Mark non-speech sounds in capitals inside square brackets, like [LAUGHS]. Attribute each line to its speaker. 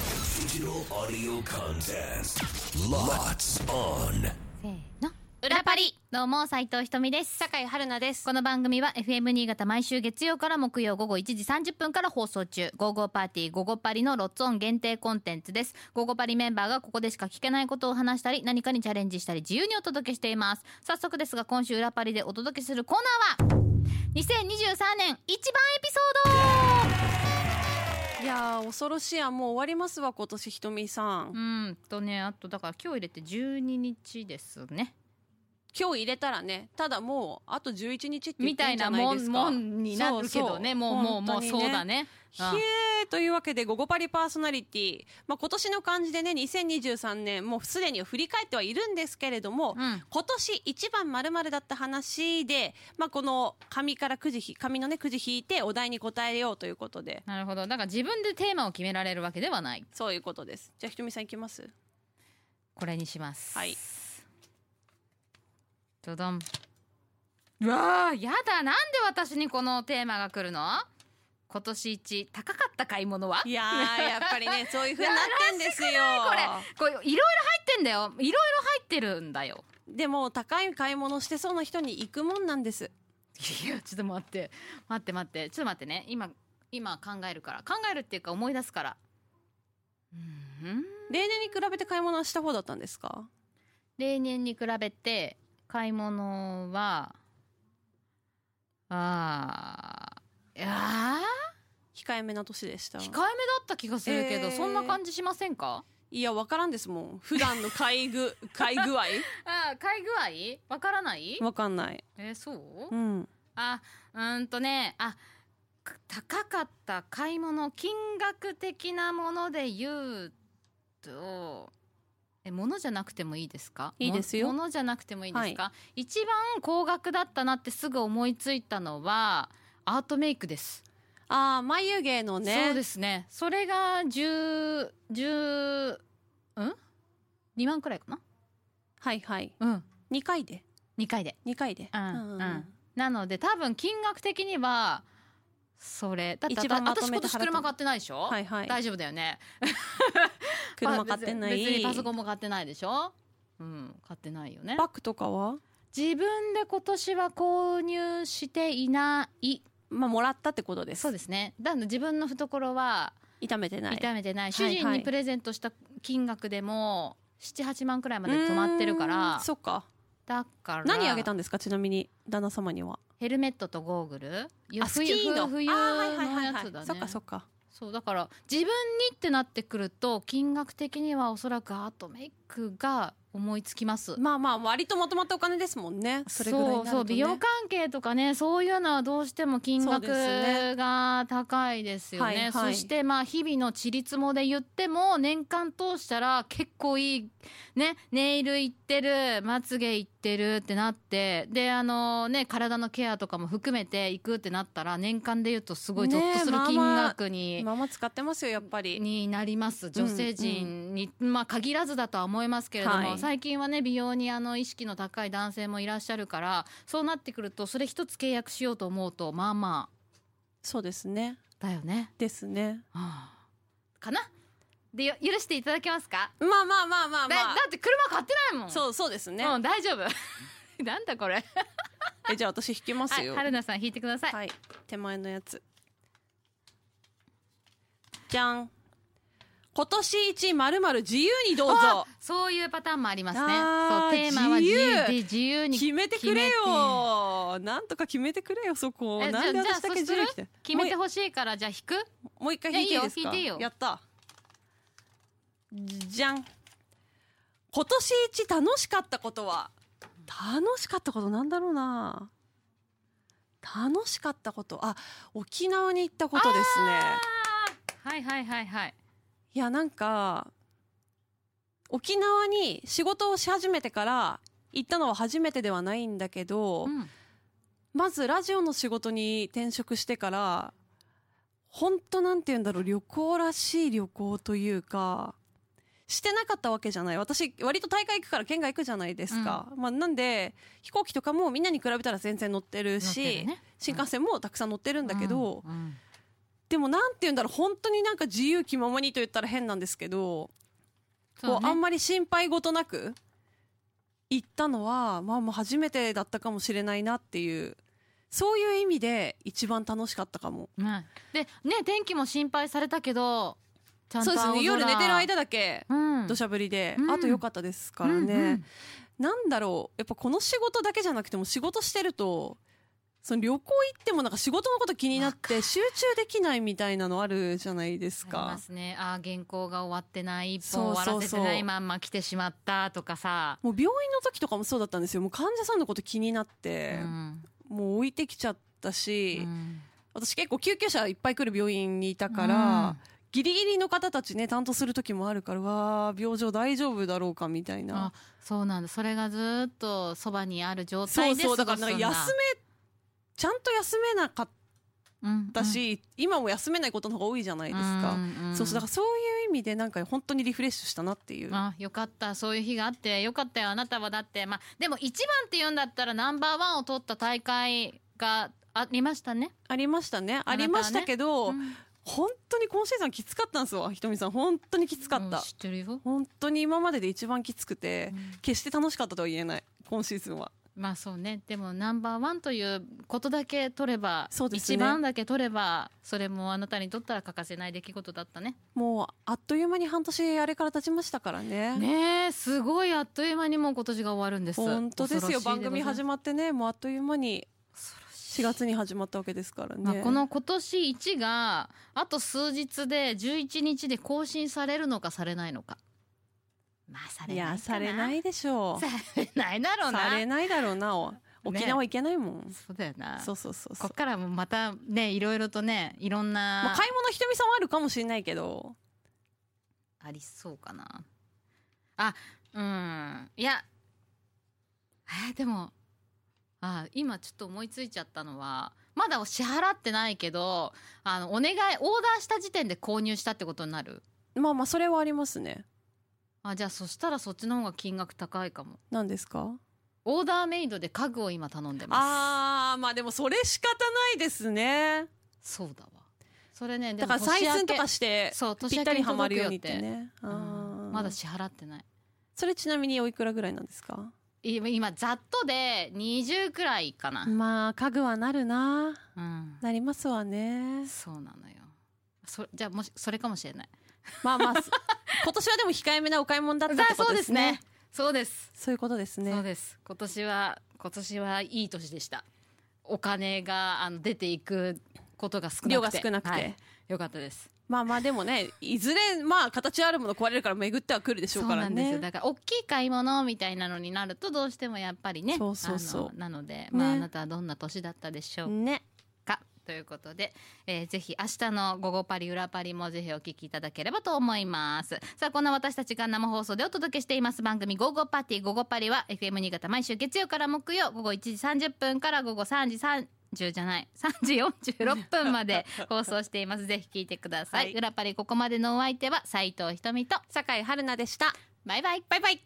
Speaker 1: Digital audio contest. Lots on.
Speaker 2: せーの。裏パリどうも、斉藤ひとみです。
Speaker 3: 酒井春菜です。
Speaker 2: この番組は FM 新潟毎週月曜から木曜午後1時30分から放送中、ゴーゴーパーティーゴーゴーパリのロッツオン限定コンテンツです。ゴーゴーパリメンバーがここでしか聞けないことを話したり、何かにチャレンジしたり自由にお届けしています。早速ですが、今週裏パリでお届けするコーナーは、2023年一番エピソード
Speaker 3: いやー恐ろしいやもう終わりますわ今年ひとみさん。
Speaker 2: うんとね、あとだから今日入れて12日ですね。
Speaker 3: 今日入れたらねただもうあと11日って言
Speaker 2: み
Speaker 3: って
Speaker 2: た
Speaker 3: ん
Speaker 2: い
Speaker 3: じゃ
Speaker 2: な
Speaker 3: な
Speaker 2: も
Speaker 3: いで
Speaker 2: ん
Speaker 3: すか。
Speaker 2: もんになるけどね、
Speaker 3: そ
Speaker 2: もうもうも
Speaker 3: 本
Speaker 2: う
Speaker 3: 当に
Speaker 2: そうだね。
Speaker 3: ひえーというわけで「ゴゴパリパーソナリティ」まあ、今年の感じでね2023年もうすでに振り返ってはいるんですけれども、
Speaker 2: うん
Speaker 3: 今年一番まるだった話で、まあ、この紙からくじひ紙のねくじ引いてお題に答えようということで
Speaker 2: なるほど。だから自分でテーマを決められるわけではない。
Speaker 3: そういうことですじゃあひとみさんいきます
Speaker 2: これにします。
Speaker 3: はい。
Speaker 2: どどん。うわあ、やだ。なんで私にこのテーマが来るの今年一高かった買い物はい
Speaker 3: やーやっぱり [LAUGHS] ねそういう風になってんですよ
Speaker 2: これ、これ、いろいろ入ってんだよ。いろいろ入ってるんだよ。 [LAUGHS]
Speaker 3: でも高い買い物してそうな人に行くもんなんです
Speaker 2: いや、ちょっと待って。待って待って。ちょっと待ってね。今、今考えるから。考えるっていうか思い出すから。うーん。
Speaker 3: 例年に比べて買い物はした方だったんですか
Speaker 2: 例年に比べて買い物はあーいや
Speaker 3: 控えめな年でした
Speaker 2: ー控えめだった気がするけど、
Speaker 3: えー
Speaker 2: そんな感じしませんか
Speaker 3: いやわからんですもん普段の買い [LAUGHS] 具買い具合
Speaker 2: あー買い具合わからない
Speaker 3: わかんない
Speaker 2: えーそう
Speaker 3: うん
Speaker 2: あうーんとねあく高かった買い物金額的なもので言うとえ物じゃなくてもいいですか
Speaker 3: いいですよ
Speaker 2: も物じゃなくてもいいですか、一番高額だったなってすぐ思いついたのはアートメイクです、
Speaker 3: ああ眉毛のね
Speaker 2: そうですねそれが10 10うん2万くらいかな
Speaker 3: はいはい
Speaker 2: うん
Speaker 3: 2回で
Speaker 2: 2回で
Speaker 3: 2回で
Speaker 2: うんうんなので多分金額的にはそれだって
Speaker 3: 一番まと
Speaker 2: 私
Speaker 3: め
Speaker 2: 今年
Speaker 3: て払った
Speaker 2: 車買ってないでしょ、
Speaker 3: はいはい
Speaker 2: 大丈夫だよね
Speaker 3: 車
Speaker 2: あ
Speaker 3: 買ってない
Speaker 2: 別に別にパソコンも買ってないでしょうん買ってないよね
Speaker 3: バッグとかは
Speaker 2: 自分で今年は購入していない
Speaker 3: まあもらったってことです
Speaker 2: そうですねだので自分の懐は
Speaker 3: 痛めてない
Speaker 2: 痛めてない、
Speaker 3: はい
Speaker 2: 主人にプレゼントした金額でも78万くらいまで止まってるか
Speaker 3: うー
Speaker 2: ら
Speaker 3: んそっか
Speaker 2: だから
Speaker 3: 何あげたんですかちなみに旦那様には
Speaker 2: ヘルメットとゴーグルゆ
Speaker 3: あスキーの
Speaker 2: 冬冬
Speaker 3: あーはいはい
Speaker 2: の
Speaker 3: はい
Speaker 2: や
Speaker 3: はい
Speaker 2: つだね
Speaker 3: そっかそっか
Speaker 2: そうだから自分にってなってくると金額的にはおそらくアートメイクが思いつきます。
Speaker 3: まあまあ割とまとまったお金ですもんねそれぐらいになると、ね、
Speaker 2: そうそう美容関係とかねそういうのはどうしても金
Speaker 3: そう
Speaker 2: 額
Speaker 3: ですね
Speaker 2: が高いですよね
Speaker 3: はいはい
Speaker 2: そしてまあ日々のちりつもで言っても年間通したら結構いいねネイルいってるまつげいってるってなってであのね体のケアとかも含めていくってなったら年間で言うとすごいゾッとする
Speaker 3: ねえまあ
Speaker 2: 金
Speaker 3: まあ
Speaker 2: 額に、
Speaker 3: まあまあ使ってますよやっぱり
Speaker 2: になります女性陣に、まあ限らずだとは思いますけれども、
Speaker 3: はい
Speaker 2: 最近はね美容にあの意識の高い男性もいらっしゃるからそうなってくるとそれ一つ契約しようと思うとまあま
Speaker 3: そうですね
Speaker 2: あだよね、
Speaker 3: ですね
Speaker 2: はあかなでよ許していただけますか、
Speaker 3: まあまあまあまあま
Speaker 2: だ
Speaker 3: あ
Speaker 2: だって車買ってないもんう、
Speaker 3: そうそうですね、
Speaker 2: うん大丈夫 [LAUGHS] なんだこれ
Speaker 3: えじゃあ私引きます
Speaker 2: はい
Speaker 3: よ
Speaker 2: 春菜さん引いてください、
Speaker 3: はい手前のやつじゃん今年一まるまる自由にどうぞ
Speaker 2: そういうパターンもありますねそう
Speaker 3: あー
Speaker 2: テーマは自
Speaker 3: 自由
Speaker 2: 由で自由に
Speaker 3: 決めてくれよなんとか決めてくれよそこ
Speaker 2: え
Speaker 3: なんで
Speaker 2: じゃあ
Speaker 3: 私だけ自
Speaker 2: じゃ
Speaker 3: 由
Speaker 2: あ
Speaker 3: に
Speaker 2: そう
Speaker 3: 来
Speaker 2: する
Speaker 3: て
Speaker 2: 決めてほしいからじゃあ引く
Speaker 3: もう一回弾いていいですか
Speaker 2: いやいいよ弾いていいよ
Speaker 3: やった。じゃん。今年一楽しかったことは楽しかったことなんだろうな楽しかったこと。あ、沖縄に行ったことですね。
Speaker 2: はいはいはいはい。
Speaker 3: いや、なんか、沖縄に仕事をし始めてから行ったのは初めてではないんだけど、
Speaker 2: うん、
Speaker 3: まずラジオの仕事に転職してから、本当なんて言うんだろう、旅行らしい旅行というか、してなかったわけじゃない。私、割と大会行くから県外行くじゃないですか。まあ、なんで、飛行機とかもみんなに比べたら全然乗ってるし、
Speaker 2: 乗ってるね
Speaker 3: 新幹線もたくさん乗ってるんだけど、
Speaker 2: うんうん
Speaker 3: でもなんて言うんだろう本当になんか自由気ままにと言ったら変なんですけど、
Speaker 2: そ
Speaker 3: こ
Speaker 2: う
Speaker 3: うあ
Speaker 2: ま
Speaker 3: んまり心配事なく行ったのはまあもう初めてだったかもしれないなっていうそういう意味で一番楽しかったかも。
Speaker 2: ね、でね天気も心配されたけどちゃんと
Speaker 3: そうです
Speaker 2: 青
Speaker 3: ね
Speaker 2: 空
Speaker 3: 夜寝てる間だけ
Speaker 2: うん
Speaker 3: 土砂降りで、
Speaker 2: うん
Speaker 3: あと良かったですからね、
Speaker 2: うんうん
Speaker 3: なんだろうやっぱこの仕事だけじゃなくても仕事してるとその旅行行ってもなんか仕事のこと気になって集中できないみたいなのあるじゃないです
Speaker 2: ありま
Speaker 3: か
Speaker 2: すねあー原稿が終わってない一本
Speaker 3: そうそう
Speaker 2: 終
Speaker 3: そう
Speaker 2: わらせてないまんま来てしまったとかさ、
Speaker 3: もう病院の時とかもそうだったんですよもう患者さんのこと気になって、
Speaker 2: うん
Speaker 3: もう置いてきちゃったし、
Speaker 2: うん
Speaker 3: 私結構救急車いっぱい来る病院にいたから、
Speaker 2: うん
Speaker 3: ギリギリの方たちね担当する時もあるからうわー病状大丈夫だろうかみたいな
Speaker 2: あそうなんだそれがずっとそばにある状
Speaker 3: そう
Speaker 2: 態で
Speaker 3: そうだ
Speaker 2: 過ご
Speaker 3: から
Speaker 2: すん
Speaker 3: な
Speaker 2: だ
Speaker 3: んか休めちゃんと休めなかっ
Speaker 2: うん
Speaker 3: たし、今も休めないことの方が多いじゃないですか、そうそうだからそういう意味でなんか本当にリフレッシュしたなっていう
Speaker 2: あよかったそういう日があってよかったよあなたはだってまあでも一番って言うんだったらナンバーワンを取った大会がありましたね、
Speaker 3: ありましたねありましたけど、
Speaker 2: うん
Speaker 3: 本当に今シーズンきつかったんですわひとみさん本当にきつかった、
Speaker 2: うん知ってるよ、
Speaker 3: 本当に今までで一番きつくて、
Speaker 2: うん
Speaker 3: 決して楽しかったとは言えない今シーズンは
Speaker 2: まあそうねでもナンバーワンということだけ取れば、
Speaker 3: そうですね
Speaker 2: 一番だけ取ればそれもあなたにとったら欠かせない出来事だったね
Speaker 3: もうあっという間に半年あれから経ちましたからね
Speaker 2: ねえすごいあっという間にもう今年が終わるんです
Speaker 3: 本当ですよ番組始
Speaker 2: ま
Speaker 3: まってねもうあっという間に4月に始まったわけですからね、
Speaker 2: まあ、この今年1があと数日で11日で更新されるのかされないのかまあされ
Speaker 3: い
Speaker 2: ないかな
Speaker 3: やされないでしょう
Speaker 2: されないだろうな
Speaker 3: されないだろうなお沖縄行けないもん、
Speaker 2: そうだよな
Speaker 3: そうそうそうそ
Speaker 2: こ
Speaker 3: う
Speaker 2: っからもまたねいろいろとねいろんな、
Speaker 3: まあ、買い物ひとみさんはあるかもしれないけど
Speaker 2: ありそうかなあうんいやえーでもあ今ちょっと思いついちゃったのはまだ支払ってないけどあのお願いオーダーした時点で購入したってことになる
Speaker 3: まあまあそれはありますね
Speaker 2: あじゃあそしたらそっちの方が金額高いかも
Speaker 3: 何ですか
Speaker 2: オーダーメイドで家具を今頼んでます
Speaker 3: あーまあでもそれ仕方ないですね
Speaker 2: そうだわそれねで
Speaker 3: だ
Speaker 2: も
Speaker 3: から採寸と
Speaker 2: 年明
Speaker 3: かして
Speaker 2: けそう年
Speaker 3: ぴ
Speaker 2: 明
Speaker 3: った
Speaker 2: け
Speaker 3: り
Speaker 2: に
Speaker 3: はま
Speaker 2: 届
Speaker 3: る
Speaker 2: く
Speaker 3: よ
Speaker 2: よ
Speaker 3: う
Speaker 2: っ
Speaker 3: にっててねあ
Speaker 2: う
Speaker 3: ー
Speaker 2: んまだ支払ってない
Speaker 3: それちなみにおいくらぐらいなんですか
Speaker 2: 今今ざっとで20くらいかな、
Speaker 3: まあ家具はなるな
Speaker 2: うん、
Speaker 3: なりますわね
Speaker 2: そうなのよそじゃあもしそれかもしれない
Speaker 3: まあまあ [LAUGHS] 今年はでも控えめなお買い物だったってことですね
Speaker 2: そうです
Speaker 3: そういうことです
Speaker 2: そう
Speaker 3: ね
Speaker 2: です今年は今年はいい年でしたお金があの出ていくことが少なくて
Speaker 3: 量が少なくて
Speaker 2: はいよかったです
Speaker 3: まあまあでもねいずれまあ形あるもの壊れるから巡ってはくるでしょうか
Speaker 2: そうな
Speaker 3: らね
Speaker 2: んですよだから大きい買い物みたいなのになるとどうしてもやっぱりね
Speaker 3: そうそうそう
Speaker 2: あのなので、まあ、
Speaker 3: ね
Speaker 2: あなたはどんな年だったでしょうか
Speaker 3: ね
Speaker 2: かということで、えーぜひ明日の午後パリ裏パリもぜひお聞きいただければと思いますさあこんな私たちが生放送でお届けしています番組午後パーティー午後パリは FM 新潟毎週月曜から木曜午後1時30分から午後3時3 10じゃない3時46分ま [LAUGHS] で放送していますぜひ聞いてください、
Speaker 3: はい
Speaker 2: 裏パリここまでのお相手は斉藤ひとみと
Speaker 3: 酒井春奈でした
Speaker 2: バイバイバイバイ